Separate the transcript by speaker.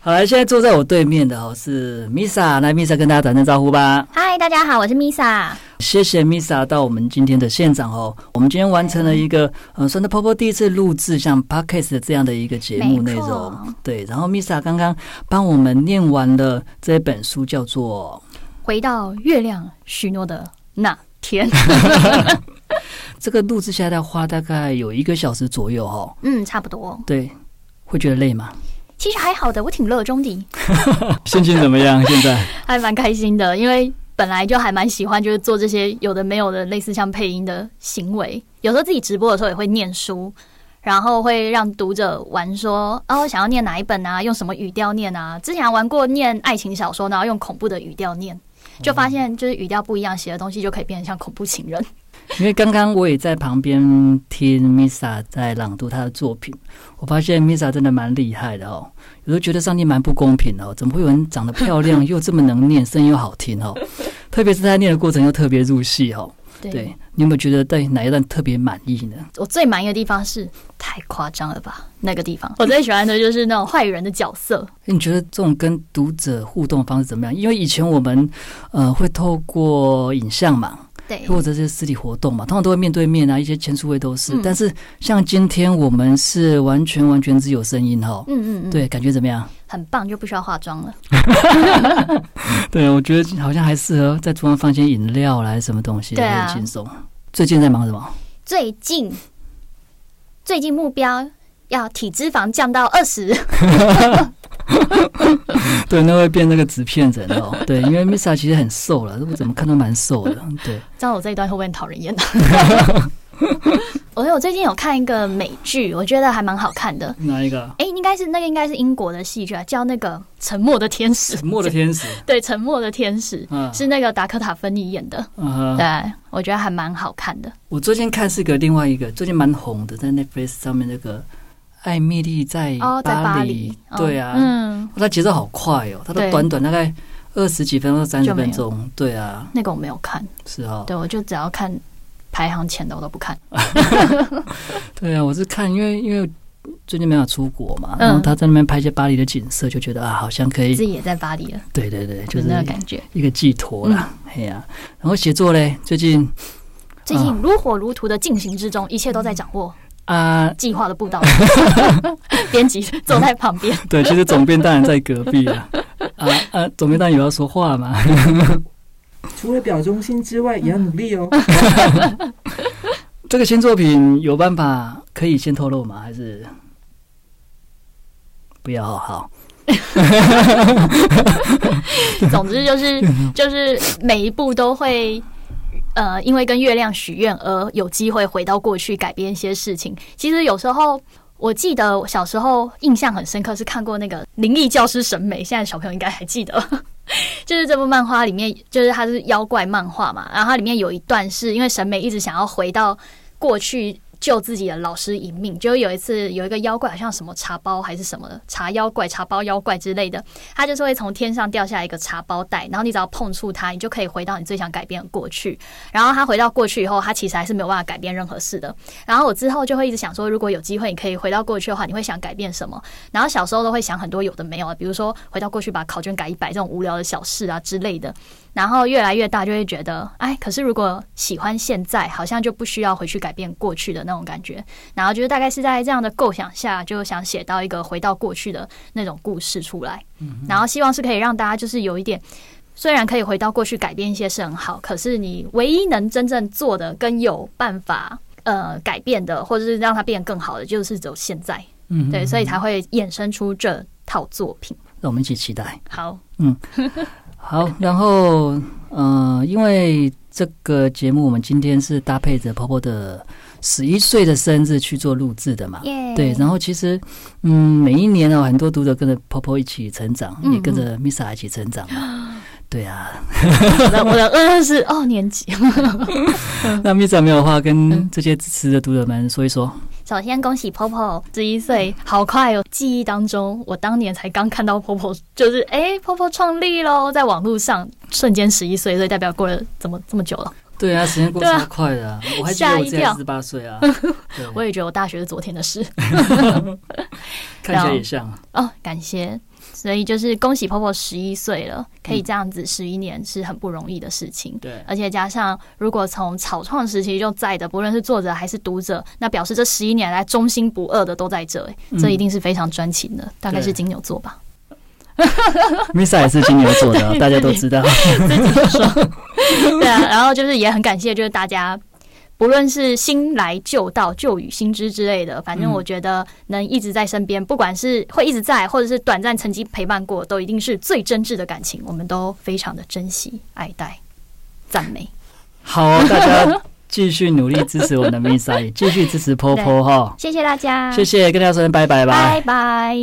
Speaker 1: 好了，现在坐在我对面的哦是 Misa，来 Misa 跟大家打声招呼吧。
Speaker 2: 嗨，大家好，我是 Misa。
Speaker 1: 谢谢 Misa 到我们今天的现场哦。我们今天完成了一个呃，算是婆婆第一次录制像 podcast 的这样的一个节目内
Speaker 2: 没错
Speaker 1: 容。对，然后 Misa 刚刚帮我们念完了这本书，叫做
Speaker 2: 回到月亮许诺的那 天，
Speaker 1: 这个录制下来花大概有一个小时左右哦。
Speaker 2: 嗯，差不多。
Speaker 1: 对，会觉得累吗？
Speaker 2: 其实还好的，我挺热衷的，
Speaker 1: 心情怎么样？现在？
Speaker 2: 还蛮开心的，因为本来就还蛮喜欢，就是做这些有的没有的类似像配音的行为。有时候自己直播的时候也会念书，然后会让读者玩说，哦，想要念哪一本啊，用什么语调念啊。之前还玩过念爱情小说，然后用恐怖的语调念。就发现就是语调不一样，写的东西就可以变得像恐怖情人。
Speaker 1: 因为刚刚我也在旁边听 Misa 在朗读她的作品，我发现 Misa 真的蛮厉害的哦。有时候觉得上帝蛮不公平的哦，怎么会有人长得漂亮又这么能念，声音又好听哦？ 特别是在念的过程又特别入戏哦。
Speaker 2: 对
Speaker 1: 对，你有没有觉得对哪一段特别满意呢？
Speaker 2: 我最满意的地方是太夸张了吧？那个地方，我最喜欢的就是那种坏人的角色。
Speaker 1: 你觉得这种跟读者互动方式怎么样？因为以前我们呃会透过影像嘛，
Speaker 2: 对
Speaker 1: 或者是实体活动嘛，通常都会面对面啊，一些签书会都是。
Speaker 2: 嗯
Speaker 1: 但是像今天我们是完全完全只有声音哦。
Speaker 2: 嗯嗯嗯，，
Speaker 1: 对，感觉怎么 样？
Speaker 2: 很棒，就不需要化妆了。
Speaker 1: 对，我觉得好像还适合在桌上放些饮料来什么东西，
Speaker 2: 对啊
Speaker 1: 很轻松。最近在忙什么？
Speaker 2: 最近，最近目标要体脂肪降到二十。
Speaker 1: 对，那会变那个纸片人哦。 对，因为 Misa 其实很瘦了，我怎么看都蛮瘦的。对，
Speaker 2: 知道我这一段会不会很讨人厌呢？啊 我我最近有看一个美剧，我觉得还蛮好看的。
Speaker 1: 哪一个？
Speaker 2: 哎，应该是那个应该是英国的戏剧啊，叫那个《沉默的天使》。
Speaker 1: 沉默的天使。
Speaker 2: 对，《沉默的天使》
Speaker 1: 嗯
Speaker 2: 是那个达科塔·芬妮演的，
Speaker 1: 啊哈，
Speaker 2: 对我觉得还蛮好看的。
Speaker 1: 我最近看是个另外一个，最近蛮红的，在 Netflix 上面那个《艾米丽在
Speaker 2: 哦，在巴黎，哦
Speaker 1: 对啊，
Speaker 2: 嗯，
Speaker 1: 它节奏好快哦，它都
Speaker 2: 对
Speaker 1: 短短大概二十几分钟、三十
Speaker 2: 就没有
Speaker 1: 分钟，对啊，
Speaker 2: 那个我没有看，
Speaker 1: 是哦，
Speaker 2: 对我就只要看排行前的我都不看。
Speaker 1: 对啊，我是看，因为因为最近没有出国嘛，
Speaker 2: 嗯
Speaker 1: 然后他在那边拍一些巴黎的景色，就觉得啊，好像可以
Speaker 2: 自，己也在巴黎了，
Speaker 1: 对对对，就啊
Speaker 2: 就是那个感觉。嗯
Speaker 1: 一个寄托啦，嘿呀、然后写作嘞，最近
Speaker 2: 最近如火如荼的进行之中，一切都在掌握
Speaker 1: 啊，
Speaker 2: 计划的步道。 编辑走在旁边，
Speaker 1: 对，其实总编当然在隔壁啊， 啊啊，总编当然有要说话嘛，
Speaker 3: 除了表忠心之外，也要努力哦。
Speaker 1: 这个新作品有办法可以先透露吗？还是不要哦好？
Speaker 2: 总之就是就是每一步都会。呃，因为跟月亮许愿而有机会回到过去改变一些事情。其实有时候我记得我小时候印象很深刻，是看过那个《灵异教师审美》，现在小朋友应该还记得。 就是这部漫画里面，就是它是妖怪漫画嘛，然后它里面有一段是因为审美一直想要回到过去救自己的老师一命，就有一次有一个妖怪好像什么茶包还是什么的茶妖怪、茶包妖怪之类的，它就是会从天上掉下一个茶包袋，然后你只要碰触它，你就可以回到你最想改变的过去。然后他回到过去以后，他其实还是没有办法改变任何事的。然后我之后就会一直想说，如果有机会你可以回到过去的话，你会想改变什么？然后小时候都会想很多有的没有的，啊比如说回到过去把考卷改一百这种无聊的小事啊之类的。然后越来越大就会觉得，哎，可是如果喜欢现在，好像就不需要回去改变过去的那种感觉。然后就是大概是在这样的构想下，就想写到一个回到过去的那种故事出来。然后希望是可以让大家就是有一点，虽然可以回到过去改变一些是很好，可是你唯一能真正做的跟有办法呃改变的，或者是让它变得更好的，就是只有现在。
Speaker 1: 嗯，
Speaker 2: 对，所以才会衍生出这套作品。
Speaker 1: 让我们一起期待。
Speaker 2: 好，
Speaker 1: 好，然后呃，因为这个节目我们今天是搭配着婆婆的十一岁的生日去做录制的嘛。
Speaker 2: 耶
Speaker 1: 对，然后其实，嗯，每一年哦，很多读者跟着婆婆一起成长，
Speaker 2: 嗯
Speaker 1: 也跟着 Misa 一起成长嘛。 对啊，
Speaker 2: 我的我的嗯是哦年级。
Speaker 1: 那 Misa 没有话跟
Speaker 2: 嗯
Speaker 1: 这些支持的读者们说一说。
Speaker 2: 首先恭喜 Popo 十一岁，好快哦！记忆当中，我当年才刚看到 Popo，就是哎，Popo 创立喽，在网络上瞬间十一岁，所以代表过了怎么这么久了？
Speaker 1: 对啊，时间过
Speaker 2: 对啊
Speaker 1: 超快的啊、我还记得
Speaker 2: 吓
Speaker 1: 我
Speaker 2: 一
Speaker 1: 自 己
Speaker 2: 跳
Speaker 1: 十八岁啊。对
Speaker 2: 我也觉得我大学是昨天的事。
Speaker 1: 看起来也像。啊
Speaker 2: 哦，感谢。所以就是恭喜婆婆十一岁了，可以
Speaker 1: 嗯
Speaker 2: 这样子十一年是很不容易的事情。
Speaker 1: 对，
Speaker 2: 而且加上，如果从草创时期就在的，不论是作者还是读者，那表示这十一年来忠心不二的都在这、欸，
Speaker 1: 嗯
Speaker 2: 这一定是非常专情的，大概是
Speaker 1: 对
Speaker 2: 金牛座吧。
Speaker 1: Misa 也是金牛座的，大家都知道。
Speaker 2: 对啊，然后就是也很感谢，就是大家。不论是新来旧到、旧与新知之类的，反正
Speaker 1: 嗯
Speaker 2: 我觉得能一直在身边，不管是会一直在，或者是短暂曾经陪伴过，都一定是最真挚的感情，我们都非常的珍惜、爱戴、赞美。
Speaker 1: 好、哦大家继续努力支持我们的 Misa，也继续支持 Popo 哈。
Speaker 2: 谢谢大家，
Speaker 1: 谢谢，跟大家说声拜拜吧。
Speaker 2: 拜拜。